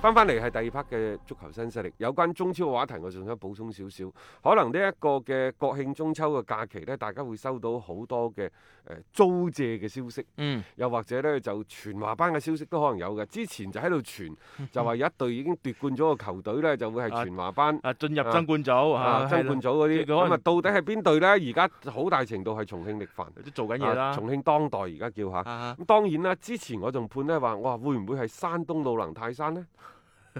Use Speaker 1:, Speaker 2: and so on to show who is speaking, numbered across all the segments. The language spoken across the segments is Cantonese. Speaker 1: 翻翻嚟係第二 part 嘅足球新勢力，有關中超嘅話題，我仲想補充少少。可能呢一個嘅國慶中秋嘅假期呢，大家會收到好多嘅誒、呃租借嘅消息，
Speaker 2: 嗯，
Speaker 1: 又或者呢就傳華班嘅消息都可 能有嘅。之前就喺度傳，就話有一隊已經奪冠咗個球隊呢，就會係
Speaker 2: 啊
Speaker 1: 傳華班。
Speaker 2: 啊進入爭冠組
Speaker 1: 啊，
Speaker 2: 啊，
Speaker 1: 周
Speaker 2: 係啦
Speaker 1: 冠祖嗰啲，
Speaker 2: 即係佢可
Speaker 1: 咁啊
Speaker 2: 能
Speaker 1: 到底係邊隊呢？而家好大程度係重慶力帆，
Speaker 2: 都做緊嘢
Speaker 1: 啊
Speaker 2: 啦，
Speaker 1: 重慶當代而家叫下。
Speaker 2: 啊
Speaker 1: 咁當然啦，之前我仲判呢話，我話會唔會係山東魯能泰山呢？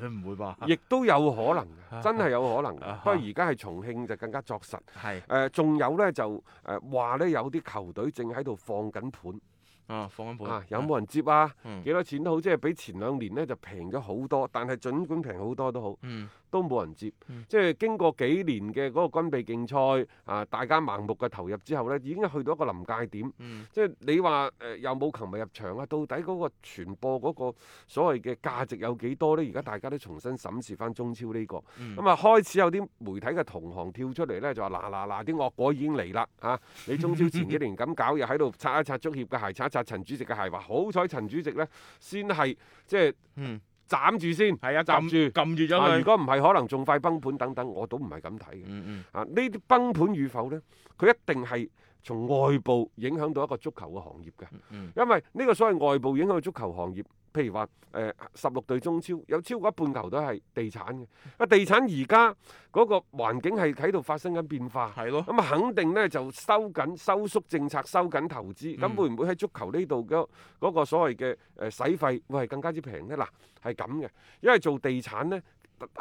Speaker 2: 唔會吧？
Speaker 1: 亦都有可能嘅，
Speaker 2: 啊
Speaker 1: 真係有可能嘅
Speaker 2: 啊。
Speaker 1: 不過而家係重慶就更加作實。
Speaker 2: 係
Speaker 1: 誒，仲有呢，就誒話呢，有啲球隊正喺度放緊盤
Speaker 2: 啊，放緊盤
Speaker 1: 啊，有冇人接啊？
Speaker 2: 嗯
Speaker 1: 幾多錢都好，即係比前兩年呢就平咗好多，但係儘管平好多都好，
Speaker 2: 嗯
Speaker 1: 都冇人接
Speaker 2: 嗯。
Speaker 1: 即係經過幾年嘅嗰個軍備競賽啊，大家盲目嘅投入之後呢，已經去到一個臨界點。
Speaker 2: 嗯
Speaker 1: 即係你話誒有冇球迷入場啊？到底嗰個傳播嗰個所謂嘅價值有幾多呢？而家大家都重新審視翻中超呢個。
Speaker 2: 嗯
Speaker 1: 咁啊，開始有啲媒體嘅同行跳出嚟呢，就話嗱嗱嗱，啲惡果已經嚟啦 啊！你中超前幾年咁搞，又喺度擦一擦足協嘅鞋，擦一擦陳主席嘅鞋，話好彩陳主席呢，先係即係
Speaker 2: 嗯，
Speaker 1: 斬住先，
Speaker 2: 係啊，撳
Speaker 1: 閘住。
Speaker 2: 撳住咗
Speaker 1: 啊！
Speaker 2: 佢
Speaker 1: 如。果唔係，可能仲快崩盤等等，我都唔係咁睇嘅。
Speaker 2: 嗯
Speaker 1: 啊，呢啲崩盤與否呢，佢一定係從外部影響到一個足球嘅行業嘅。
Speaker 2: 嗯嗯
Speaker 1: 因為呢個所謂外部影響到足球行業，譬如話誒十六隊中超有超過一半球都係地產嘅，啊地產而家嗰個環境係喺度發生緊變化，
Speaker 2: 係咯，
Speaker 1: 咁啊肯定呢就收緊收縮政策、收緊投資，咁
Speaker 2: 嗯
Speaker 1: 會唔會喺足球呢度嘅嗰個所謂嘅誒使費會係更加之平呢？嗱係咁嘅，因為做地產呢。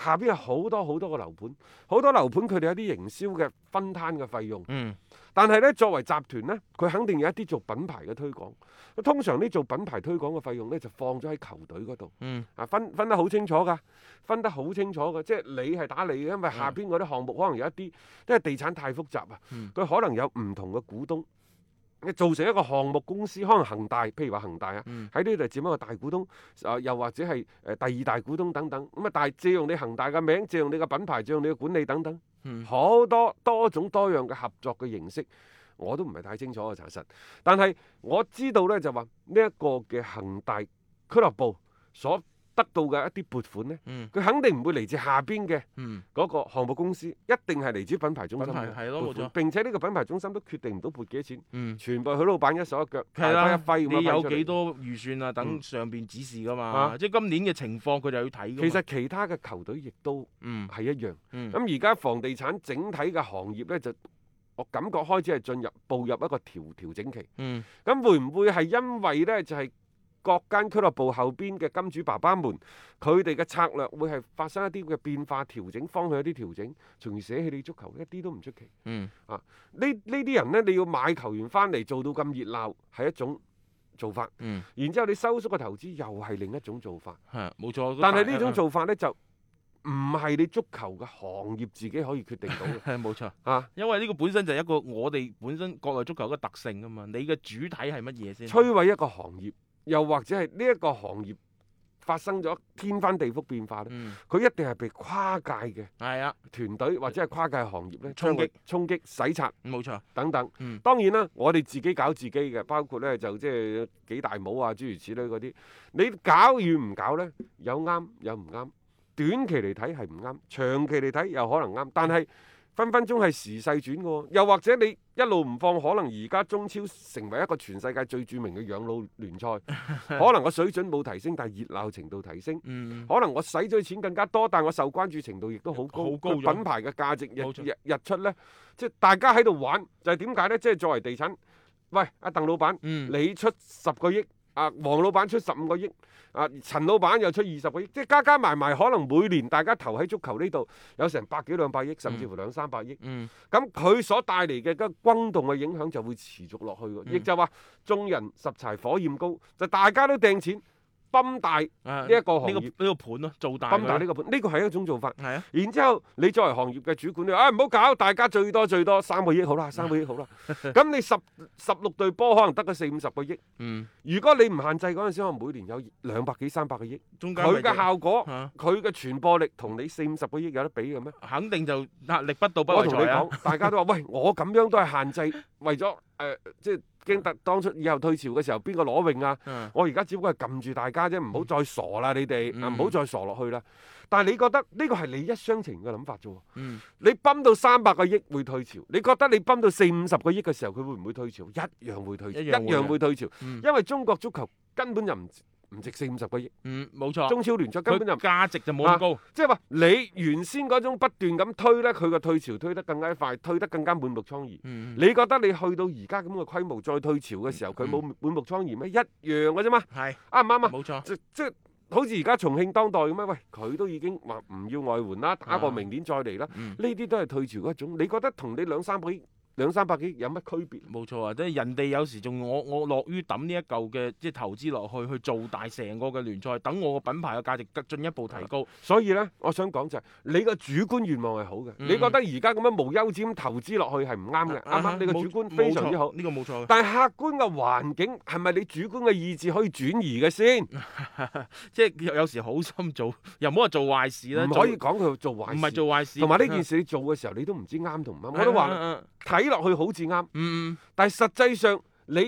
Speaker 1: 下邊有好多好多個樓盤，好多樓盤佢哋有啲營銷嘅分攤嘅費用，
Speaker 2: 嗯
Speaker 1: 但係呢，作為集團呢，佢肯定有一啲做品牌嘅推廣。通常呢，做品牌推廣嘅費用呢，就放咗喺球隊嗰度。
Speaker 2: 嗯
Speaker 1: 啊，分分得好清楚㗎，分得好清楚㗎。即係你係打你嘅，因
Speaker 2: 嗯
Speaker 1: 為下邊嗰啲項目可能有一啲，因為地產太複雜啊，
Speaker 2: 嗯
Speaker 1: 佢可能有唔同嘅股東，造成一個項目公司，可能恒大，譬如話恒大啊。
Speaker 2: 嗯
Speaker 1: 喺呢度佔一個大股東，啊又或者係誒、呃第二大股東等等，咁啊，但係借用你恒大嘅名，借用你嘅品牌，借用你嘅管理等等，
Speaker 2: 嗯
Speaker 1: 好多多種多樣嘅合作嘅形式，我都唔係太清楚嘅查實。但係我知道呢，就話呢一個嘅恒大俱樂部所得到嘅一啲撥款呢，
Speaker 2: 嗯
Speaker 1: 佢肯定唔會嚟自下邊嘅
Speaker 2: 嗯
Speaker 1: 嗰個項目公司，一定係嚟自品牌中心
Speaker 2: 品牌
Speaker 1: 嘅
Speaker 2: 係咯
Speaker 1: 撥款
Speaker 2: 冇錯
Speaker 1: 並且呢個品牌中心都決定唔到撥幾多錢，
Speaker 2: 嗯，
Speaker 1: 全部係佢老闆一手一腳，
Speaker 2: 係
Speaker 1: 大
Speaker 2: 啦，
Speaker 1: 筆一揮咁
Speaker 2: 你
Speaker 1: 樣揮出
Speaker 2: 有
Speaker 1: 嚟
Speaker 2: 幾多預算啊？等
Speaker 1: 嗯
Speaker 2: 上邊指示噶嘛，
Speaker 1: 啊
Speaker 2: 即係今年嘅情況佢就要睇噶嘛。
Speaker 1: 其實其他嘅球隊亦都
Speaker 2: 嗯
Speaker 1: 係一樣。
Speaker 2: 嗯
Speaker 1: 咁而家房地產整體嘅行業呢，就我感覺開始係進入步入一個調調整期。
Speaker 2: 嗯
Speaker 1: 咁會唔會係因為呢？就係、各間俱樂部後邊嘅金主爸爸們，佢哋嘅策略會係發生一啲嘅變化、調整方向一啲調整，從而捨棄你足球，一啲都唔出奇。
Speaker 2: 嗯
Speaker 1: 呢呢啲人呢，你要買球員翻嚟做到咁熱鬧，係一種做法。
Speaker 2: 嗯，
Speaker 1: 然之後你收縮嘅投資又係另一種做法。
Speaker 2: 係冇錯。
Speaker 1: 但係呢種做法呢，就唔係你足球嘅行業自己可以決定到 嘅
Speaker 2: 係冇錯。
Speaker 1: 啊！
Speaker 2: 因為呢個本身就係一個我哋本身國內足球一個特性啊嘛，你嘅主體係乜嘢先？
Speaker 1: 摧毀一個行業，又或者係呢一個行業發生咗天翻地覆變化咧，
Speaker 2: 嗯，
Speaker 1: 佢一定係被跨界嘅
Speaker 2: 係啊，
Speaker 1: 團隊或者係跨界行業咧
Speaker 2: 衝擊、
Speaker 1: 衝擊、洗刷
Speaker 2: 冇錯，
Speaker 1: 等等。
Speaker 2: 嗯
Speaker 1: 當然啦，我哋自己搞自己嘅，包括呢就即係幾大帽啊，諸如此類嗰啲。你搞與唔搞呢？有啱有唔啱。短期嚟睇係唔啱，長期嚟睇又可能啱，但係分分鐘係時勢轉嘅喎。又或者你一路唔放，可能而家中超成為一個全世界最著名嘅養老聯賽，可能個水準冇提升，但係熱鬧程度提升。
Speaker 2: 嗯，
Speaker 1: 可能我使咗嘅錢更加多，但我受關注程度亦都好高，
Speaker 2: 好高
Speaker 1: 佢
Speaker 2: 咗
Speaker 1: 品牌嘅價值日
Speaker 2: 冇錯
Speaker 1: 日日出呢，即係大家喺度玩，就係點解呢？即係作為地產，喂，阿鄧老闆，
Speaker 2: 嗯，
Speaker 1: 你出十個億啊，黃老闆出十五個億，啊，陳老闆又出二十個億，即係加加埋埋，可能每年大家投喺足球呢度有成百幾兩百億，甚至乎兩三百億。
Speaker 2: 嗯，
Speaker 1: 咁佢所帶嚟嘅嗰個轟動嘅影響就會持續落去嘅，亦、就話眾人拾柴火焰高，就大家都掟錢泵大呢
Speaker 2: 呢
Speaker 1: 一個行
Speaker 2: 啊呢個
Speaker 1: 業
Speaker 2: 呢，個盤咯，做大
Speaker 1: 泵大呢
Speaker 2: 佢。
Speaker 1: 個盤，呢個係一種做法。
Speaker 2: 係啊，
Speaker 1: 然之後，你作為行業嘅主管，你話啊唔好搞，大家最多最多三個億好啦，三個億好 啦。咁你十十六隊波可能得個四五十個億，
Speaker 2: 嗯，
Speaker 1: 如果你唔限制嗰陣時，可能每年有兩百幾三百個億，啊
Speaker 2: 中間
Speaker 1: 佢
Speaker 2: 咪
Speaker 1: 嘅
Speaker 2: 就
Speaker 1: 效果，
Speaker 2: 嚇
Speaker 1: 佢嘅傳播力同你四五十個億有得比嘅咩？
Speaker 2: 肯定就壓力不到不
Speaker 1: 我
Speaker 2: 為
Speaker 1: 同你
Speaker 2: 財啊。
Speaker 1: 講，大家都話：喂，我咁樣都係限制，為咗誒、呃即係驚特當初以後退潮嘅時候，邊個攞泳啊？
Speaker 2: 嗯
Speaker 1: 我而家只不過係撳住大家啫，唔好再傻啦，你哋啊，
Speaker 2: 嗯
Speaker 1: 唔好再傻落去啦。但係你覺得呢個係你一廂情嘅諗法啫喎？
Speaker 2: 嗯，
Speaker 1: 你泵到三百個億會退潮，你覺得你泵到四五十個億嘅時候，佢會唔會退潮？一樣會退潮，
Speaker 2: 一
Speaker 1: 一
Speaker 2: 樣會啊
Speaker 1: 樣會退潮，
Speaker 2: 嗯
Speaker 1: 因為中國足球根本就唔唔值四五十個億，
Speaker 2: 嗯，冇錯。
Speaker 1: 中超聯賽根
Speaker 2: 佢
Speaker 1: 本就啊唔
Speaker 2: 價值就冇咁高。
Speaker 1: 即係話你原先嗰種不斷咁推呢，佢個退潮推得更加快，推得更加滿目瘡痍。
Speaker 2: 嗯，
Speaker 1: 你覺得你去到而家咁嘅規模再退潮嘅時候，佢冇
Speaker 2: 嗯
Speaker 1: 滿目瘡痍咩？一樣嘅啫嘛，
Speaker 2: 係
Speaker 1: 啱唔啱啊？
Speaker 2: 冇錯。
Speaker 1: 即即好似而家重慶當代咁樣，喂，佢都已經話唔要外援啦，打過
Speaker 2: 啊
Speaker 1: 明年再嚟啦。
Speaker 2: 嗯
Speaker 1: 呢啲都係退潮嗰一種。你覺得同你兩三百億、兩三百幾有乜區別？
Speaker 2: 冇錯啊！即係人哋有時仲我我樂於抌呢一嚿嘅即係投資落去去做大成個嘅聯賽，等我個品牌嘅價值更進一步提高。
Speaker 1: 所以呢，我想講就係、你個主觀願望係好嘅，
Speaker 2: 嗯
Speaker 1: 你覺得而家咁樣無休止咁投資落去係唔啱嘅，啱唔啱？你個主觀非常之好。
Speaker 2: 呢啊個冇錯嘅。
Speaker 1: 但係客觀嘅環境係咪你主觀嘅意志可以轉移嘅先？唔
Speaker 2: 即係有有時好心做，又唔好話做壞事啦。
Speaker 1: 可以
Speaker 2: 做
Speaker 1: 講佢做壞
Speaker 2: 唔係
Speaker 1: 事。
Speaker 2: 做壞事。
Speaker 1: 同埋呢件事你做嘅時候，你都唔知啱同唔啱。
Speaker 2: 嗯，
Speaker 1: 我都話啦
Speaker 2: 嗯，
Speaker 1: 睇落去好似啱，
Speaker 2: 嗯嗯
Speaker 1: 但係實際上你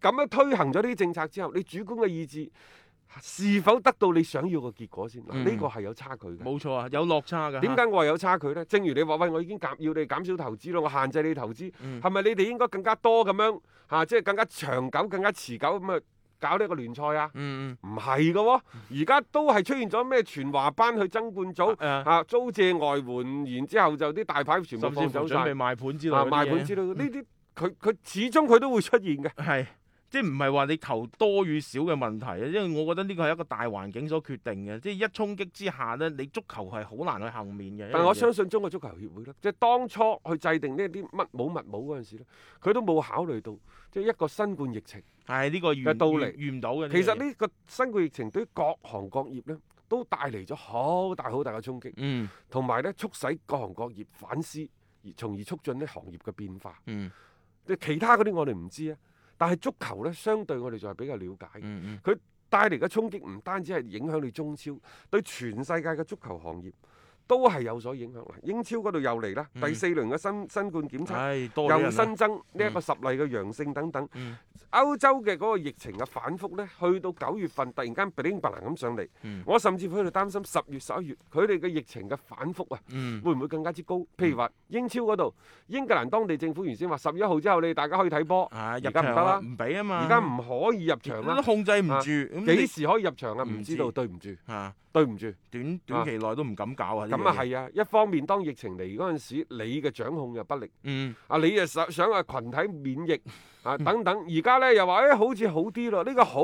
Speaker 1: 咁樣推行咗呢啲政策之後，你主觀嘅意志是否得到你想要嘅結果先？嗱，
Speaker 2: 嗯
Speaker 1: 呢個係有差距嘅。
Speaker 2: 嗯冇錯啊，有落差㗎。
Speaker 1: 點解我話有差距呢？正如你話喂，我已經減要你減少投資咯，我限制你投資，
Speaker 2: 嗯
Speaker 1: 係咪、你哋應該更加多咁樣嚇、即係更加長久、更加持久咁啊搞呢一個聯賽啊？
Speaker 2: 嗯
Speaker 1: 唔係嘅喎，而家都係出現咗咩全華班去爭冠組
Speaker 2: 啊
Speaker 1: 啊，租借外援，然之後就啲大牌全
Speaker 2: 嗯，
Speaker 1: 部
Speaker 2: 甚至
Speaker 1: 放
Speaker 2: 乎
Speaker 1: 走
Speaker 2: 準備
Speaker 1: 曬
Speaker 2: 賣盤之類
Speaker 1: 啊
Speaker 2: 嗰啲
Speaker 1: 賣
Speaker 2: 嘢嗯
Speaker 1: 盤之類，呢啲佢佢始終佢都會出現嘅。
Speaker 2: 係。即係唔係話你投多與少嘅問題啊？因為我覺得呢個係一個大環境所決定嘅，即係一衝擊之下呢，你足球係好難去幸免嘅。
Speaker 1: 但我
Speaker 2: 一樣嘢
Speaker 1: 相信中國足球協會咧，即係當初去制定呢啲乜武乜武嗰陣時咧，佢都冇考慮到即係一個新冠疫情。
Speaker 2: 係呢個
Speaker 1: 嘅
Speaker 2: 預
Speaker 1: 道理
Speaker 2: 預預唔到嘅。
Speaker 1: 其實
Speaker 2: 樣嘢，
Speaker 1: 呢個新冠疫情對於各行各業咧都帶嚟咗好大好大嘅衝擊，
Speaker 2: 嗯
Speaker 1: 同埋咧促使各行各業反思，而從而促進呢行業嘅變化。
Speaker 2: 嗯
Speaker 1: 即係其他嗰啲我哋唔知啊，但係足球咧相對我哋就係比較了解。
Speaker 2: 嗯嗯，
Speaker 1: 佢帶嚟嘅衝擊唔單止係影響你中超，對全世界嘅足球行業都係有所影響啦。英超嗰度又嚟啦，
Speaker 2: 嗯
Speaker 1: 第四輪嘅新新冠檢測。
Speaker 2: 唉，多咗
Speaker 1: 又
Speaker 2: 人啦啊
Speaker 1: 新增呢一個十例嘅陽性等等，
Speaker 2: 嗯
Speaker 1: 歐洲嘅嗰個疫情嘅反覆呢，去到九月份突然間 bling 白咁上嚟，
Speaker 2: 嗯
Speaker 1: 我甚至乎喺度擔心十月十一月佢哋嘅疫情嘅反覆啊，
Speaker 2: 嗯
Speaker 1: 會唔會更加之高？譬如話英超嗰度，英格蘭當地政府原先話十一號之後你大家可以睇波，
Speaker 2: 啊
Speaker 1: 而
Speaker 2: 入
Speaker 1: 家唔
Speaker 2: 場
Speaker 1: 得
Speaker 2: 啊
Speaker 1: 啦，
Speaker 2: 唔俾啊嘛，
Speaker 1: 而家唔可以入場
Speaker 2: 都
Speaker 1: 啦，
Speaker 2: 控制唔
Speaker 1: 啊
Speaker 2: 住，咁
Speaker 1: 幾
Speaker 2: 你
Speaker 1: 時可以入場啊？
Speaker 2: 唔
Speaker 1: 唔
Speaker 2: 知
Speaker 1: 知道，對唔住，
Speaker 2: 啊
Speaker 1: 對唔住。
Speaker 2: 短短期內都唔敢搞啊，呢
Speaker 1: 咁
Speaker 2: 樣
Speaker 1: 啊
Speaker 2: 嘢，
Speaker 1: 係啊，一方面當疫情嚟嗰陣時，你嘅掌控又不力。
Speaker 2: 嗯
Speaker 1: 啊，你又想想啊群體 免疫啊等等，而家呢又話誒、哎好似好啲咯，呢、個好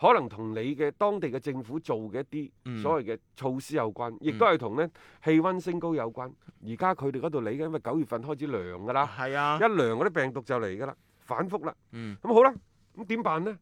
Speaker 1: 可能同你嘅當地嘅政府做嘅一
Speaker 2: 嗯
Speaker 1: 啲所謂嘅措施有關，亦都係同呢氣温升高有關。而家佢哋嗰度嚟緊，因為九月份開始涼㗎啦，
Speaker 2: 係啊
Speaker 1: 一，涼嗰啲病毒就嚟㗎啦，反覆啦。
Speaker 2: 嗯
Speaker 1: 咁好啦，咁點辦呢？嗯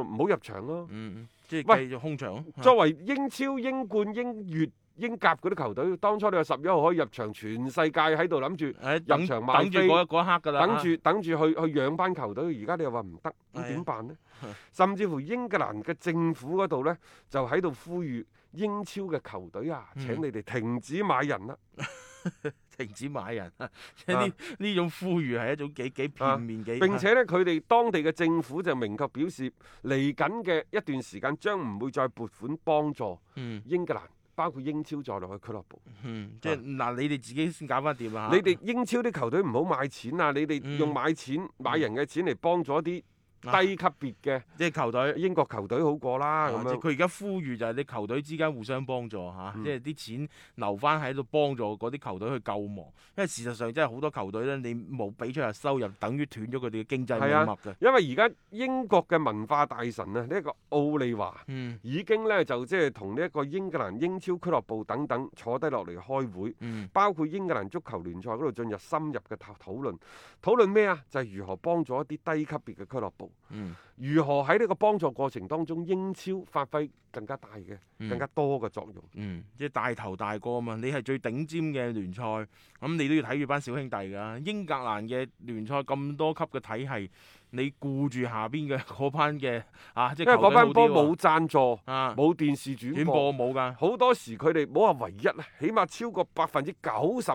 Speaker 1: 唔好入場咯。
Speaker 2: 嗯，即係
Speaker 1: 喂
Speaker 2: 繼續空場咯，
Speaker 1: 作為英超、英冠、英乙、英甲嗰啲球隊，當初你話十一號可以入場，全世界喺度諗住。
Speaker 2: 誒啊等
Speaker 1: 場買
Speaker 2: 等住
Speaker 1: 飛
Speaker 2: 嗰嗰一刻㗎啦，
Speaker 1: 等住等住去去養班球隊，而家你又話唔得，
Speaker 2: 係啊
Speaker 1: 咁點 辦呢
Speaker 2: 係？
Speaker 1: 甚至乎英格蘭嘅政府嗰度呢，就喺度呼籲英超嘅球隊啊，
Speaker 2: 嗯
Speaker 1: 請你哋停止買人啦。
Speaker 2: 停止買人， 即係呢呢種呼籲係一種幾幾
Speaker 1: 啊
Speaker 2: 片面幾，
Speaker 1: 並且呢，佢哋當地嘅政府就明確表示，嚟緊嘅一段時間將唔會再撥款幫助
Speaker 2: 嗯
Speaker 1: 英格蘭。包括英超在內嘅俱樂部，
Speaker 2: 嗯，即係嗱你哋自己先搞翻掂啦嚇
Speaker 1: 你哋英超啲球隊唔好買錢啊！你哋
Speaker 2: 嗯
Speaker 1: 用買錢買人嘅錢嚟幫咗啲
Speaker 2: 啊
Speaker 1: 低級別嘅
Speaker 2: 即係球隊。
Speaker 1: 英國球隊好過啦，啊咁
Speaker 2: 啊即係
Speaker 1: 樣
Speaker 2: 佢而家呼籲就係你球隊之間互相幫助嚇，
Speaker 1: 嗯
Speaker 2: 即係啲錢留翻喺度幫助嗰啲球隊去救亡，因為事實上真係好多球隊咧，你冇俾出嚟收入，等於斷咗佢哋嘅經濟命
Speaker 1: 係啊
Speaker 2: 脈嘅。
Speaker 1: 因為而家英國嘅文化大臣啊，呢、一個奧利華。
Speaker 2: 嗯
Speaker 1: 已經呢，就即係同呢一個英格蘭英超俱樂部等等坐低落嚟開會，
Speaker 2: 嗯
Speaker 1: 包括英格蘭足球聯賽嗰度進入深入嘅討討論。討論咩啊？就係、如何幫助一啲低級別嘅俱樂部，
Speaker 2: 嗯
Speaker 1: 如何喺呢個幫助過程當中，英超發揮更加大嘅、
Speaker 2: 嗯
Speaker 1: 更加多嘅作用。
Speaker 2: 嗯，即係大頭大哥啊嘛，你係最頂尖嘅聯賽，咁你都要睇住班小兄弟㗎。英格蘭嘅聯賽咁多級嘅體系，你顧住下邊嘅嗰班嘅 啊，即
Speaker 1: 因
Speaker 2: 係
Speaker 1: 為
Speaker 2: 球隊
Speaker 1: 嗰班波
Speaker 2: 好啲
Speaker 1: 冇贊助、
Speaker 2: 喎啊，
Speaker 1: 冇電視轉
Speaker 2: 轉
Speaker 1: 播，
Speaker 2: 播冇㗎，
Speaker 1: 好多時佢哋冇話唯一啦，起碼超過百分之九十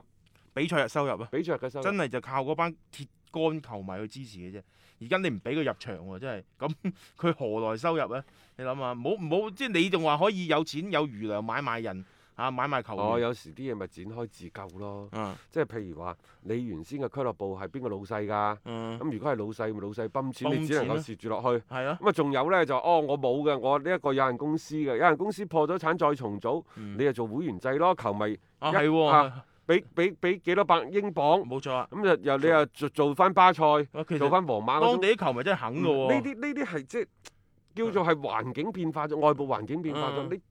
Speaker 2: 比賽日收入啊。
Speaker 1: 比賽嘅收入
Speaker 2: 真係就靠嗰班鐵杆球迷去支持嘅啫。而家你唔俾佢入場喎，真係咁 佢何來收入咧？你諗下，唔好唔好，即係你仲話可以有錢有餘糧買賣人啊，買賣球
Speaker 1: 哦，
Speaker 2: 員。
Speaker 1: 有時啲嘢咪展開自救咯，
Speaker 2: 啊
Speaker 1: 即係譬如話，你原先嘅俱樂部係邊個老細㗎？
Speaker 2: 嗯，
Speaker 1: 咁如果係老細，咪老細泵錢，
Speaker 2: 泵
Speaker 1: 你只
Speaker 2: 錢啊
Speaker 1: 能夠
Speaker 2: 啦
Speaker 1: 蝕住落去。
Speaker 2: 係啊，
Speaker 1: 咁啊，仲有呢，就哦，我冇嘅，我呢一個有限公司嘅，有限公司破咗產再重組，
Speaker 2: 嗯
Speaker 1: 你就做會員制咯，球迷
Speaker 2: 啊
Speaker 1: 一
Speaker 2: 係喎
Speaker 1: 啊，俾俾俾幾多百英鎊，
Speaker 2: 冇錯啊。
Speaker 1: 咁就又你又做做翻巴塞，
Speaker 2: 哇其
Speaker 1: 做
Speaker 2: 實
Speaker 1: 翻皇馬
Speaker 2: 當
Speaker 1: 嗰種
Speaker 2: 地啲球迷真係肯嘅
Speaker 1: 嗯
Speaker 2: 喎。
Speaker 1: 呢啲呢啲係即係叫做係環境變化咗，外部環境變化咗，
Speaker 2: 嗯
Speaker 1: 你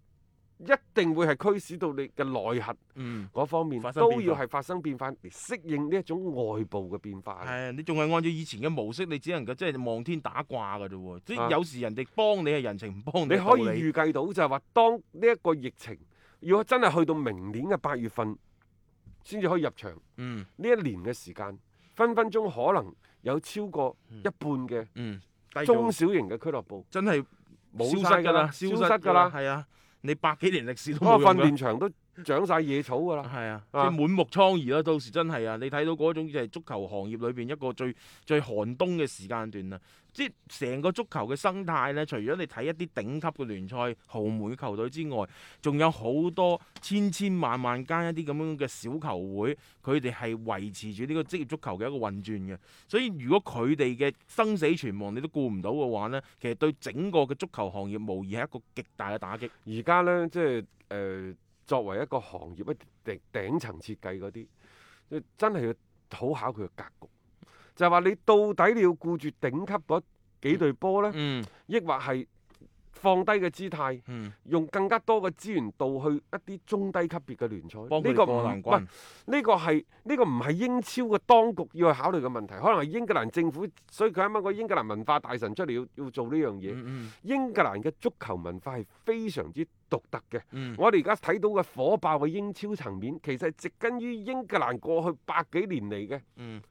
Speaker 1: 一定會係驅使到你嘅內核
Speaker 2: 嗯。
Speaker 1: 嗰方面
Speaker 2: 發生
Speaker 1: 都
Speaker 2: 變
Speaker 1: 要
Speaker 2: 化
Speaker 1: 係發生變化，嚟適應呢一種外部嘅變化嘅。
Speaker 2: 係啊，你仲係按照以前嘅模式，你只能夠即係望天打卦嘅啫喎。即
Speaker 1: 啊
Speaker 2: 係有時人哋幫你係人情，唔幫
Speaker 1: 你
Speaker 2: 係道
Speaker 1: 可以
Speaker 2: 理
Speaker 1: 預計到就係話，當呢一個疫情要真係去到明年嘅八月份先至可以入場，呢
Speaker 2: 嗯
Speaker 1: 一年嘅時間分分鐘可能有超過一半嘅
Speaker 2: 嗯，低咗
Speaker 1: 中小型嘅俱樂部
Speaker 2: 真係
Speaker 1: 冇
Speaker 2: 消
Speaker 1: 晒
Speaker 2: 失
Speaker 1: 㗎啦
Speaker 2: 消失
Speaker 1: 消失㗎啦
Speaker 2: 係啊，你百幾年歷史都
Speaker 1: 嗰
Speaker 2: 冇用
Speaker 1: 個訓
Speaker 2: 㗎
Speaker 1: 練。場都長晒野草㗎啦。
Speaker 2: 係啊，即
Speaker 1: 啊
Speaker 2: 係滿目瘡痍啦！到時真係啊，你睇到嗰種就係足球行業裏邊一個最最寒冬嘅時間段啦。啊即係成個足球嘅生態呢，除咗你睇一啲頂級嘅聯賽、豪門嘅球隊之外，仲有好多千千萬萬間一啲咁樣嘅小球會，佢哋係維持住呢個職業足球嘅一個運轉嘅。所以如果佢哋嘅生死存亡你都顧唔到嘅話呢，其實對整個嘅足球行業無疑係一個極大嘅打擊。
Speaker 1: 而家呢，即係誒、呃作為一個行業一頂頂層設計嗰啲，即係真係要好考佢嘅格局，就係、話你到底你要顧住頂級嗰幾隊波呢，
Speaker 2: 嗯
Speaker 1: 抑或係放低嘅姿態？
Speaker 2: 嗯，
Speaker 1: 用更加多嘅資源導去一啲中低級別嘅聯賽，
Speaker 2: 幫佢
Speaker 1: 呢
Speaker 2: 哋
Speaker 1: 個
Speaker 2: 過
Speaker 1: 唔
Speaker 2: 難
Speaker 1: 喂
Speaker 2: 關。
Speaker 1: 呢個係呢個唔係英超嘅當局要去考慮嘅問題，可能係英格蘭政府，所以佢啱啱個英格蘭文化大臣出嚟要要做呢樣嘢。
Speaker 2: 嗯嗯
Speaker 1: 英格蘭嘅足球文化係非常之獨特嘅。
Speaker 2: 嗯。
Speaker 1: 我哋而家睇到嘅火爆嘅英超層面，其實係植根於英格蘭過去百幾年嚟嘅
Speaker 2: 嗯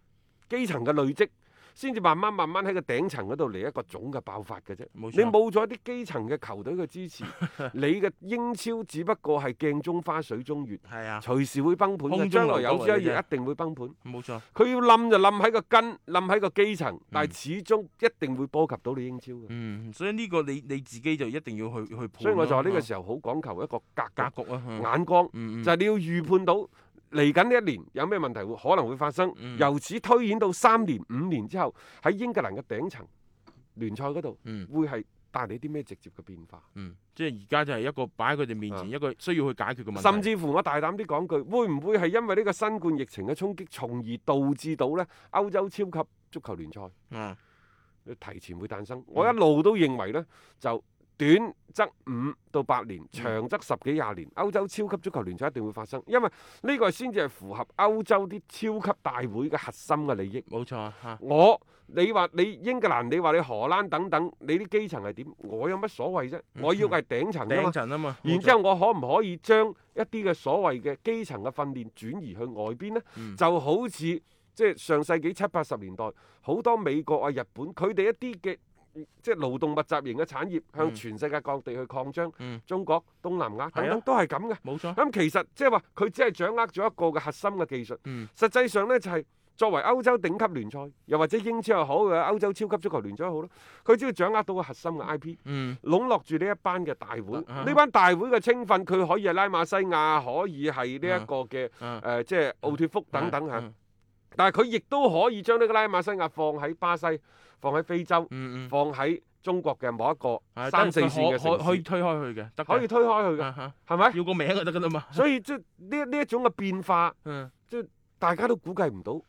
Speaker 1: 基層嘅累積，先至慢慢慢慢喺個頂層嗰度嚟一個總嘅爆發嘅啫。
Speaker 2: 冇
Speaker 1: 你
Speaker 2: 錯
Speaker 1: 冇咗啲基層嘅球隊嘅 支持，你嘅英超只不過係鏡中花水中月，
Speaker 2: 係啊，
Speaker 1: 隨時會崩盤嘅。
Speaker 2: 空中
Speaker 1: 將來
Speaker 2: 樓閣
Speaker 1: 有朝一
Speaker 2: 嚟
Speaker 1: 日
Speaker 2: 嘅
Speaker 1: 一定會崩盤。
Speaker 2: 冇錯，
Speaker 1: 佢要冧就冧喺個根，冧喺個基層，但係始終一定會波及到你英超嘅。
Speaker 2: 嗯，所以呢個你你自己就一定要去去判。
Speaker 1: 所以我就話呢個
Speaker 2: 啊
Speaker 1: 時候好講求一個格局
Speaker 2: 格局啊，嗯
Speaker 1: 眼光。
Speaker 2: 嗯嗯
Speaker 1: 就係你要預判到嚟緊呢一年有咩問題會可能會發生，
Speaker 2: 嗯
Speaker 1: 由此推演到三年、五年之後喺英格蘭嘅頂層聯賽嗰度，
Speaker 2: 嗯
Speaker 1: 會係帶嚟啲咩直接嘅變化？
Speaker 2: 嗯，即係而家就係一個擺喺佢哋面
Speaker 1: 啊
Speaker 2: 前一個需要去解決嘅問題，
Speaker 1: 甚至乎我大膽啲講句，會唔會係因為呢個新冠疫情嘅衝擊，從而導致到呢歐洲超級足球聯賽
Speaker 2: 啊，
Speaker 1: 提前會誕生？我一路都認為呢，就短則五到八年，長則十幾廿年，歐洲超級足球聯賽一定會發生，因為呢個先至係符合歐洲啲超級大會嘅核心嘅利益。
Speaker 2: 冇錯啊嚇，
Speaker 1: 我你話你英格蘭，你話你荷蘭等等，你啲基層係點？我有乜所謂啫？我要係頂層啊嘛
Speaker 2: 頂。層啊嘛，
Speaker 1: 然
Speaker 2: 冇錯
Speaker 1: 之後，我可唔可以將一啲嘅所謂嘅基層嘅訓練轉移去外邊呢？
Speaker 2: 嗯
Speaker 1: 就好似即係上世紀七八十年代，好多美國啊、日本，佢哋一啲嘅即係勞動密集型嘅產業向
Speaker 2: 嗯
Speaker 1: 全世界各地去擴張，
Speaker 2: 嗯
Speaker 1: 中國、東南亞等
Speaker 2: 係
Speaker 1: 等
Speaker 2: 啊
Speaker 1: 都係咁嘅。
Speaker 2: 冇錯，
Speaker 1: 咁其實即係話佢只係掌握咗一個嘅核心嘅技術，
Speaker 2: 嗯
Speaker 1: 實際上呢，就係、作為歐洲頂級聯賽，又或者英超又好，歐洲超級足球聯賽又好啦，佢只要掌握到個核心嘅 IP，
Speaker 2: 嗯
Speaker 1: 籠絡住呢一班嘅大會，呢、
Speaker 2: 啊
Speaker 1: 班大會嘅青訓，佢可以係拉馬西亞，可以係呢一個嘅誒、
Speaker 2: 啊
Speaker 1: 呃即係奧脱福等等嚇。
Speaker 2: 嗯
Speaker 1: 但係佢亦都可以將呢個拉馬西亞放喺巴西，放喺非洲，
Speaker 2: 嗯嗯
Speaker 1: 放喺中國嘅某一個
Speaker 2: 係，
Speaker 1: 三四
Speaker 2: 但係
Speaker 1: 線嘅
Speaker 2: 佢可可可
Speaker 1: 城
Speaker 2: 以
Speaker 1: 市，
Speaker 2: 推開佢嘅，得
Speaker 1: 可以
Speaker 2: 嘅
Speaker 1: 推開佢嘅，
Speaker 2: 啊哈
Speaker 1: 係咪？
Speaker 2: 要個名就得噶啦嘛。
Speaker 1: 所以即係呢呢一種嘅變化，
Speaker 2: 嗯
Speaker 1: 大家都估計唔到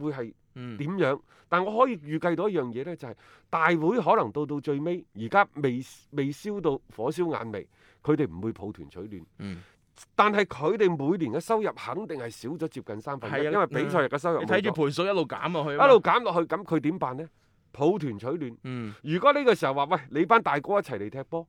Speaker 1: 會係
Speaker 2: 嗯
Speaker 1: 點樣。但我可以預計到一樣嘢呢，就係、大會可能到到最尾，而家未未燒到火燒眼眉，佢哋唔會抱團取暖。
Speaker 2: 嗯，
Speaker 1: 但係佢哋每年嘅收入肯定係少咗接近三分一，
Speaker 2: 係啊
Speaker 1: 因為比賽日嘅收入
Speaker 2: 你
Speaker 1: 冇
Speaker 2: 睇住
Speaker 1: 咗
Speaker 2: 盤數一路減落去啊嘛，
Speaker 1: 一路減落去，咁佢點辦呢？抱團取暖。
Speaker 2: 嗯
Speaker 1: 如果呢個時候話喂，你班大哥一齊嚟踢波，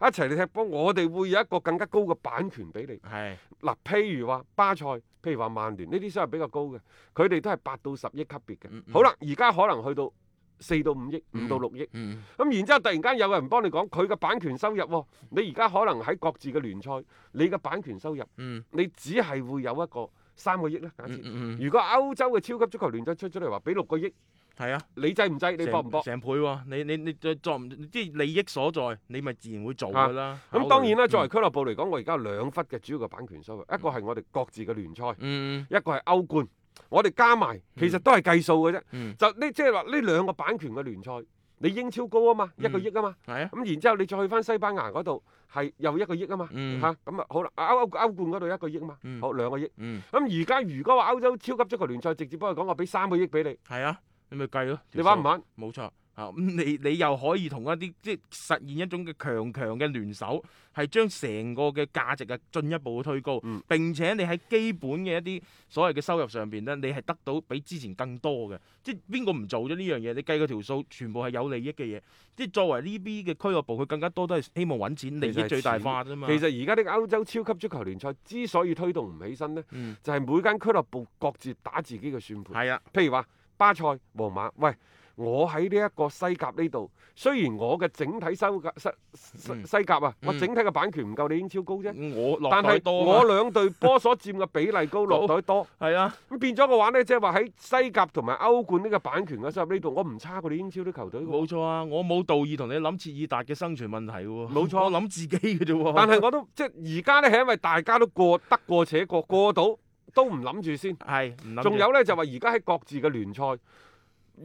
Speaker 1: 一齊嚟踢波，我哋會有一個更加高嘅版權俾你。
Speaker 2: 係
Speaker 1: 嗱，譬如話巴塞，譬如話曼聯，呢啲收入比較高嘅，佢哋都係八到十億級別嘅。
Speaker 2: 嗯嗯
Speaker 1: 好啦，而家可能去到四到五億、五
Speaker 2: 嗯
Speaker 1: 到六億，咁、
Speaker 2: 嗯
Speaker 1: 然之後突然間有人幫你講佢嘅版權收入喎、你而家可能喺各自嘅聯賽，你嘅版權收入，
Speaker 2: 嗯
Speaker 1: 你只係會有一個三個億啦，假
Speaker 2: 嗯
Speaker 1: 設。
Speaker 2: 嗯嗯
Speaker 1: 如果歐洲嘅超級足球聯賽出咗嚟話俾六個億，
Speaker 2: 係啊。
Speaker 1: 你制唔制？你
Speaker 2: 成
Speaker 1: 搏唔搏？
Speaker 2: 成倍喎、你你你再作唔即係利益所在，你咪自然會做噶啦。
Speaker 1: 咁
Speaker 2: 考
Speaker 1: 當
Speaker 2: 慮嗯
Speaker 1: 然啦，作為俱樂部嚟講，我而家有兩忽嘅主要嘅版權收入，一個係我哋各自嘅聯賽，
Speaker 2: 嗯
Speaker 1: 一個係歐冠。我哋加埋其實都係計數嘅啫。
Speaker 2: 嗯
Speaker 1: 就呢即係話呢兩個版權嘅聯賽，你英超高啊嘛，一個億啊嘛。
Speaker 2: 係啊，
Speaker 1: 咁然之後你再去翻西班牙嗰度係又一個億啊嘛。
Speaker 2: 嗯
Speaker 1: 嚇咁啊好啦，歐歐歐冠嗰度一個億啊嘛
Speaker 2: 嗯，
Speaker 1: 好兩個億。
Speaker 2: 嗯
Speaker 1: 咁而家如果話歐洲超級足球聯賽直接幫佢講，我俾三個億俾你，
Speaker 2: 係啊，你咪計咯。
Speaker 1: 你玩唔玩？
Speaker 2: 冇錯啊！咁你你又可以同一啲即係實現一種嘅強強嘅聯手，係將成個嘅價值啊進一步推高，
Speaker 1: 嗯
Speaker 2: 並且你喺基本嘅一啲所謂嘅收入上邊咧，你係得到比之前更多嘅。即係邊個唔做咗呢樣嘢？你計個條數，全部係有利益嘅嘢。即係作為呢邊嘅俱樂部，佢更加多都係希望揾錢，利
Speaker 1: 其實
Speaker 2: 益
Speaker 1: 係
Speaker 2: 最大
Speaker 1: 錢
Speaker 2: 化啫嘛。
Speaker 1: 其實而家呢個歐洲超級足球聯賽之所以推動唔起身呢，
Speaker 2: 嗯
Speaker 1: 就係每間俱樂部各自打自己嘅算盤。
Speaker 2: 係啊，
Speaker 1: 譬如話巴塞、皇馬，喂，我喺呢一個西甲呢度，雖然我嘅整體收甲西西
Speaker 2: 嗯
Speaker 1: 西甲啊，
Speaker 2: 嗯
Speaker 1: 我整體嘅版權唔夠你英超高啫，
Speaker 2: 我落
Speaker 1: 但
Speaker 2: 袋
Speaker 1: 係
Speaker 2: 多啊
Speaker 1: 我
Speaker 2: 嘛
Speaker 1: 兩隊波所佔嘅比例 高，落袋多，
Speaker 2: 係啊，
Speaker 1: 咁變咗嘅話呢，即係話喺西甲同埋歐冠呢個版權嘅收入呢度，我唔差過你英超啲球隊喎。
Speaker 2: 冇錯啊！我冇道義同你諗切爾達嘅生存問題嘅喎，
Speaker 1: 冇錯
Speaker 2: 我諗自己嘅啫喎。
Speaker 1: 但係我都即係而家呢，係因為大家都過得過且過，過到都唔諗住先。
Speaker 2: 係唔諗住
Speaker 1: 仲有呢，就話而家喺各自嘅聯賽。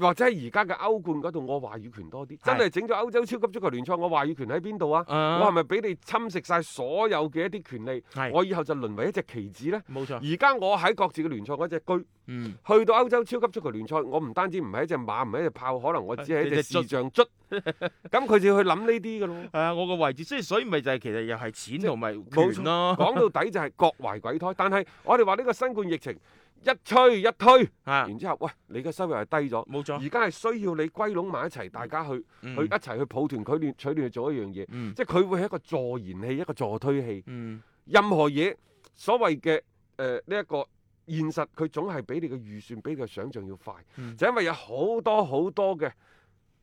Speaker 1: 或者係而家嘅歐冠嗰度，我話語權多啲，真係整咗歐洲超級足球聯賽，我話語權喺邊度啊？
Speaker 2: 啊
Speaker 1: 我係咪俾你侵蝕晒所有嘅一啲權利？
Speaker 2: 係啊
Speaker 1: 我以後就淪為一隻棋子呢？
Speaker 2: 冇錯，
Speaker 1: 而家我喺各自嘅聯賽嗰只居，
Speaker 2: 嗯，
Speaker 1: 去到歐洲超級足球聯賽，我唔單止唔係一隻馬，唔係一隻炮，可能我只 係一隻
Speaker 2: 你隻卒
Speaker 1: 視像卒。咁佢就要去諗呢啲 嘅咯。
Speaker 2: 係啊，我個位置，所以所以咪就係其實又係錢同埋
Speaker 1: 冇
Speaker 2: 權咯，
Speaker 1: 講到底就係各懷鬼胎，但係我哋話呢個新冠疫情一吹一推，
Speaker 2: 啊，
Speaker 1: 然之後，喂，你嘅收入係低咗。
Speaker 2: 冇錯，
Speaker 1: 而家係需要你歸攏埋一齊，大家去、去一
Speaker 2: 嗯
Speaker 1: 齊去抱團取暖，取暖去做一樣嘢，
Speaker 2: 嗯
Speaker 1: 即係佢會係一個助燃器，一個助推器。
Speaker 2: 嗯，
Speaker 1: 任何嘢所謂嘅誒呢一個現實，佢總係比你嘅預算，比你嘅想像要快，
Speaker 2: 嗯
Speaker 1: 就因為有好多好多嘅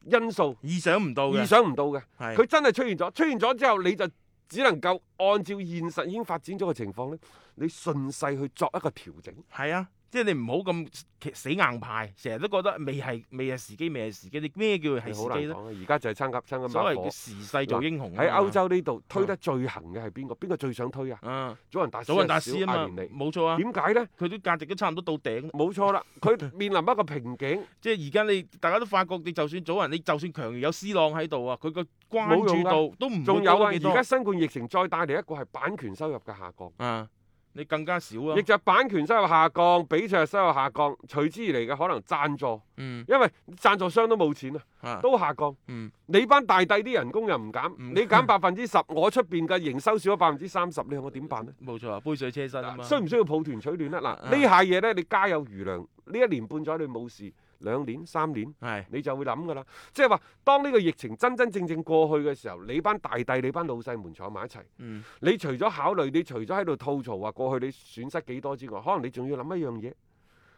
Speaker 1: 因素
Speaker 2: 意想唔到
Speaker 1: 意
Speaker 2: 嘅，
Speaker 1: 想唔到嘅，
Speaker 2: 係
Speaker 1: 佢真係出現咗，出現咗之後你就。只能夠按照現實已經發展咗嘅情況呢，你順勢去作一個調整。
Speaker 2: 係啊，即係你唔好咁其死硬派，成日都覺得未係未係時機，未係時機，你咩叫係
Speaker 1: 你
Speaker 2: 時
Speaker 1: 好難
Speaker 2: 機咧？
Speaker 1: 講啊！而家就係參加參加
Speaker 2: 所
Speaker 1: 馬
Speaker 2: 謂
Speaker 1: 火
Speaker 2: 嘅。時勢做英雄啊
Speaker 1: 喺
Speaker 2: 嘛
Speaker 1: 歐，洲呢度推得最行嘅係邊個？邊個最想推啊？
Speaker 2: 嗯，
Speaker 1: 祖雲達斯、
Speaker 2: 祖雲達斯啊嘛，
Speaker 1: 小阿連尼
Speaker 2: 冇錯啊，
Speaker 1: 點解呢？
Speaker 2: 佢都價值都差唔多到頂啦。
Speaker 1: 冇錯啦， 佢面臨一個瓶頸，
Speaker 2: 即係而家你大家都發覺，你就算早人，你就算強如有 C 朗喺度啊，佢個關
Speaker 1: 冇用
Speaker 2: 注
Speaker 1: 㗎
Speaker 2: 度都唔會
Speaker 1: 仲有
Speaker 2: 高
Speaker 1: 啊！
Speaker 2: 得
Speaker 1: 而
Speaker 2: 幾多
Speaker 1: 家新冠疫情再帶嚟一個係版權收入嘅下降，
Speaker 2: 啊，你更加少啊
Speaker 1: 亦，就係版權收入下降、比賽收入下降，隨之而嚟嘅可能贊助，
Speaker 2: 嗯
Speaker 1: 因為贊助商都冇錢啊，
Speaker 2: 啊，
Speaker 1: 都下降。
Speaker 2: 嗯
Speaker 1: 你班大帝啲人工又唔減，
Speaker 2: 嗯
Speaker 1: 你 減百分之十，我出邊嘅營收少咗百分之三十，你話我點辦呢？
Speaker 2: 冇錯啊，杯水車薪啊嘛，
Speaker 1: 需唔需要抱團取暖啦？
Speaker 2: 啊
Speaker 1: 嗱，呢下嘢呢，你家有餘糧，呢一年半載你冇事，兩年三年
Speaker 2: 係
Speaker 1: 你就會諗噶啦。即係話，當呢個疫情真真正正過去嘅時候，你班大帝、你班老細們坐埋一齊，
Speaker 2: 嗯
Speaker 1: 你除咗考慮，你除咗喺度吐槽話過去你損失幾多之外，可能你仲要諗一樣嘢。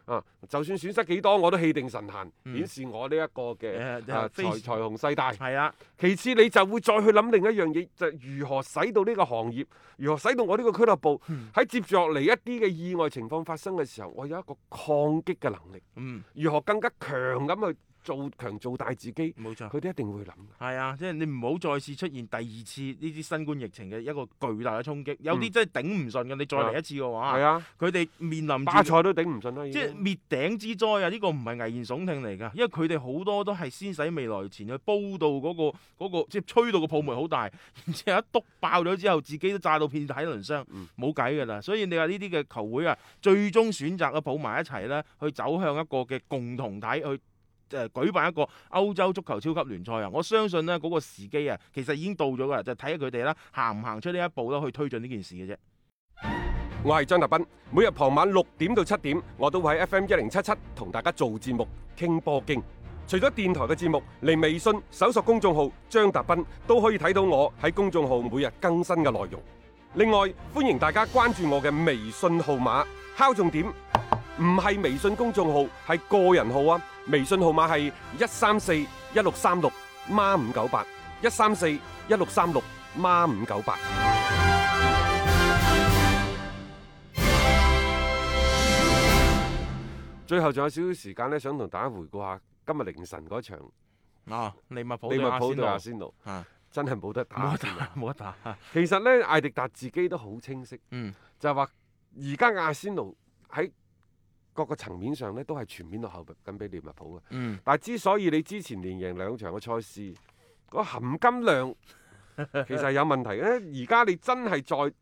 Speaker 1: 啊！就算損失幾多，我都氣定神閒，
Speaker 2: 嗯
Speaker 1: 顯示我呢一個嘅
Speaker 2: 誒
Speaker 1: 啊
Speaker 2: 非
Speaker 1: 財財雄勢大。
Speaker 2: 係啊，
Speaker 1: 其次，你就會再去諗另一樣嘢，就係如何使到呢個行業，如何使到我呢個俱樂部喺接住落嚟一啲嘅意外情況發生嘅時候，我有一個抗擊嘅能力，
Speaker 2: 嗯
Speaker 1: 如何更加強咁去做強做大自己，
Speaker 2: 冇錯。
Speaker 1: 佢哋一定會諗嘅。
Speaker 2: 係啊，即係你唔好再次出現第二次呢啲新冠疫情嘅一個巨大嘅衝擊，有啲真係頂唔順嘅。你再嚟一次嘅
Speaker 1: 係
Speaker 2: 話，
Speaker 1: 啊，
Speaker 2: 佢哋面臨
Speaker 1: 巴
Speaker 2: 住
Speaker 1: 塞都頂唔順啦，已
Speaker 2: 即係
Speaker 1: 經。
Speaker 2: 滅頂之災啊！呢、個唔係危言聳聽嚟㗎，因為佢哋好多都係先使未來錢去煲到嗰、個嗰、個即係吹到個泡沫好大， 然之後一篤爆咗之後，自己都炸到遍體鱗傷
Speaker 1: 嗯，
Speaker 2: 冇計㗎啦。所以你話呢啲嘅球會啊，最終選擇啊抱埋一齊咧，去走向一個嘅共同體去。誒、舉辦一個歐洲足球超級聯賽啊！我相信呢嗰、個時機啊，其實已經到咗㗎啦，就睇下佢哋啦，行唔行出呢一步啦，去推進呢件事嘅啫。
Speaker 1: 我係張達斌，每日傍晚六點到七點，我都會喺 FM 一零七七同大家做節目傾波經。除咗電台嘅節目，嚟微信搜索公眾號張達斌都可以睇到我喺公眾號每日更新嘅內容。另外，歡迎大家關注我嘅微信號碼，敲重點，唔係微信公眾號，係個人號啊！微信號碼係一三四一六三六孖五九八一三四一六三六孖五九八。最後仲有少少時間咧，想同大家回顧下今日凌晨嗰場
Speaker 2: 啊，利物浦
Speaker 1: 利物浦
Speaker 2: 對
Speaker 1: 對
Speaker 2: 阿
Speaker 1: 阿
Speaker 2: 仙
Speaker 1: 仙奴，
Speaker 2: 奴啊，
Speaker 1: 真係冇得打
Speaker 2: 冇
Speaker 1: 阿
Speaker 2: 得
Speaker 1: 仙奴。
Speaker 2: 打，冇得打，
Speaker 1: 其實呢，艾迪達自己都好清晰，
Speaker 2: 嗯。
Speaker 1: 就係話而家阿仙奴喺各個層面上呢，都係全面落後緊俾利物浦嘅。
Speaker 2: 嗯，
Speaker 1: 但係之所以你之前連贏兩場嘅賽事，個含金量 其實係有問題嘅。而家你真係在
Speaker 2: 誒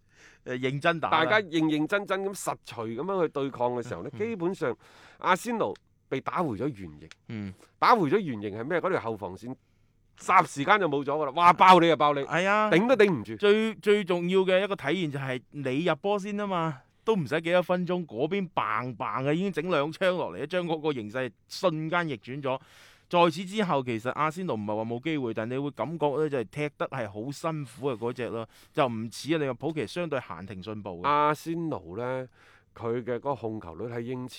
Speaker 2: 呃認真打
Speaker 1: 大
Speaker 2: 啦，嗯
Speaker 1: 家認認真真咁實錘咁樣去對抗嘅時候呢，基本上阿仙奴被打回咗原形。
Speaker 2: 嗯
Speaker 1: 打回咗原形係咩？嗰條後防線霎時間就冇咗噶啦，哇！爆你就爆你，
Speaker 2: 係啊，
Speaker 1: 頂都頂唔住。
Speaker 2: 最最重要嘅一個體現就係你入波先啊嘛，都唔使幾多分鐘，嗰邊棒棒嘅已經整兩槍落嚟，將嗰個形勢瞬間逆轉咗。在此之後，其實阿仙奴唔係話冇機會，但你會感覺咧就係踢得係好辛苦嘅嗰只咯，就唔似啊利物浦其實相對閒庭信步嘅。
Speaker 1: 阿仙奴呢，佢嘅嗰個控球率喺英超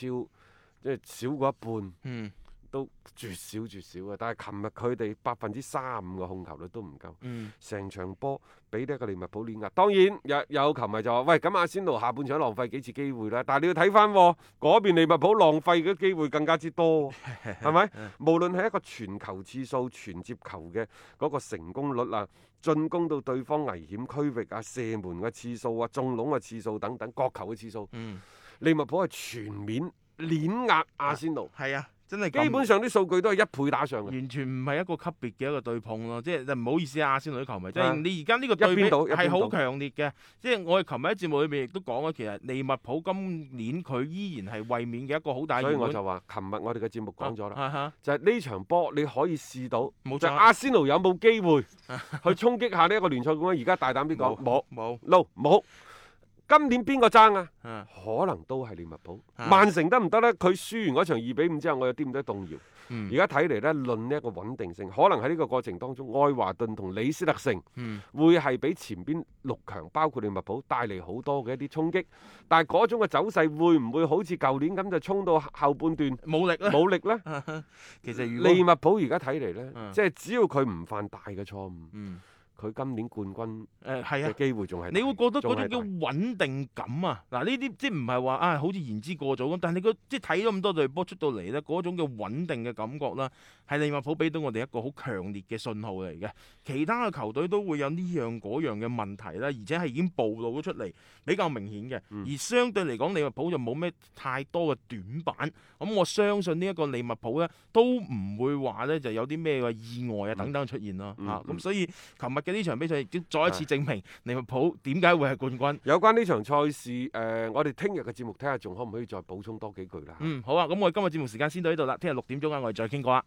Speaker 1: 即係少過一半，
Speaker 2: 嗯
Speaker 1: 都絕少絕少嘅。但係琴日佢哋百分之三五嘅控球率都唔夠，
Speaker 2: 嗯，
Speaker 1: 成場波俾呢一個利物浦碾壓。當然有有球迷就話：喂，咁阿仙奴下半場浪費幾次機會啦。但係你要睇翻喎嗰邊利物浦浪費嘅機會更加之 多喎。係咪？
Speaker 2: 嗯
Speaker 1: 無論係一個傳球次數、傳接球嘅嗰個成功率啊，進攻到對方危險區域啊，射門嘅次數啊，中籠嘅次數等等，角球嘅次數，
Speaker 2: 嗯，
Speaker 1: 利物浦係全面碾壓阿仙奴，
Speaker 2: 係啊，真係咁
Speaker 1: 基本上啲數據都係一倍打上嘅。
Speaker 2: 完全唔係一個級別嘅一個對碰咯，即係唔好意思啊，阿仙奴啲球迷，即
Speaker 1: 啊
Speaker 2: 係你而家呢個對比
Speaker 1: 一邊倒一邊
Speaker 2: 係好
Speaker 1: 倒
Speaker 2: 強烈嘅。即係我哋琴日喺節目裏面亦都講咗，其實利物浦今年佢依然係衛冕嘅一個好大熱
Speaker 1: 所以
Speaker 2: 門。
Speaker 1: 我就話，琴日我哋嘅節目講咗啦，
Speaker 2: 啊哈
Speaker 1: 就係呢場波你可以試到，
Speaker 2: 冇
Speaker 1: 就
Speaker 2: 錯
Speaker 1: 係阿仙奴有冇 機會去衝擊下呢一個聯賽冠軍？而家大膽啲講，冇
Speaker 2: 冇
Speaker 1: ，no 冇。今年邊個爭啊？
Speaker 2: 啊，
Speaker 1: 可能都係利物浦。
Speaker 2: 啊
Speaker 1: 曼城得唔得呢？佢輸完嗰場二比五之後，我有啲咁多動搖。
Speaker 2: 嗯
Speaker 1: 而家睇嚟呢，論呢一個穩定性，可能喺呢個過程當中，愛華頓同李斯特城
Speaker 2: 嗯
Speaker 1: 會係比前邊六強，包括利物浦帶嚟好多嘅一啲衝擊。但係嗰種嘅走勢會唔會好似舊年咁就衝到後半 段
Speaker 2: 冇力啦。
Speaker 1: 冇力呢？
Speaker 2: 其實如
Speaker 1: 利
Speaker 2: 果
Speaker 1: 物浦而家睇嚟呢
Speaker 2: 嗯，
Speaker 1: 即係只要佢唔犯大嘅錯誤，
Speaker 2: 嗯
Speaker 1: 佢今年冠軍
Speaker 2: 誒係
Speaker 1: 嘅
Speaker 2: 啊。
Speaker 1: 機會仲係大
Speaker 2: 你會覺得嗰
Speaker 1: 仲係
Speaker 2: 種叫
Speaker 1: 大
Speaker 2: 穩定感啊！嗱，呢啲即係唔係話啊，好似言之過早咁，但係你個即係睇咗咁多隊波出到嚟咧，嗰種嘅穩定嘅感覺啦，係利物浦俾到我哋一個好強烈嘅信號嚟嘅。其他嘅球隊都會有呢樣嗰樣嘅問題啦，而且係已經暴露咗出嚟，比較明顯嘅。
Speaker 1: 嗯
Speaker 2: 而相對嚟講，利物浦就冇咩太多嘅短板。咁我相信呢一個利物浦咧，都唔會話咧就有啲咩嘅意外啊等等出現咯。
Speaker 1: 嗯
Speaker 2: 啊，
Speaker 1: 嗯
Speaker 2: 咁所以琴日嘅呢場比賽亦都再一次證明利物浦點解會係冠軍。
Speaker 1: 有關呢場賽事，誒、我哋聽日嘅節目睇下仲可唔可以再補充多幾句啦。
Speaker 2: 嗯，好啊，咁我哋今日節目時間先到呢度啦，聽日六點鐘啊，我哋再傾過啦。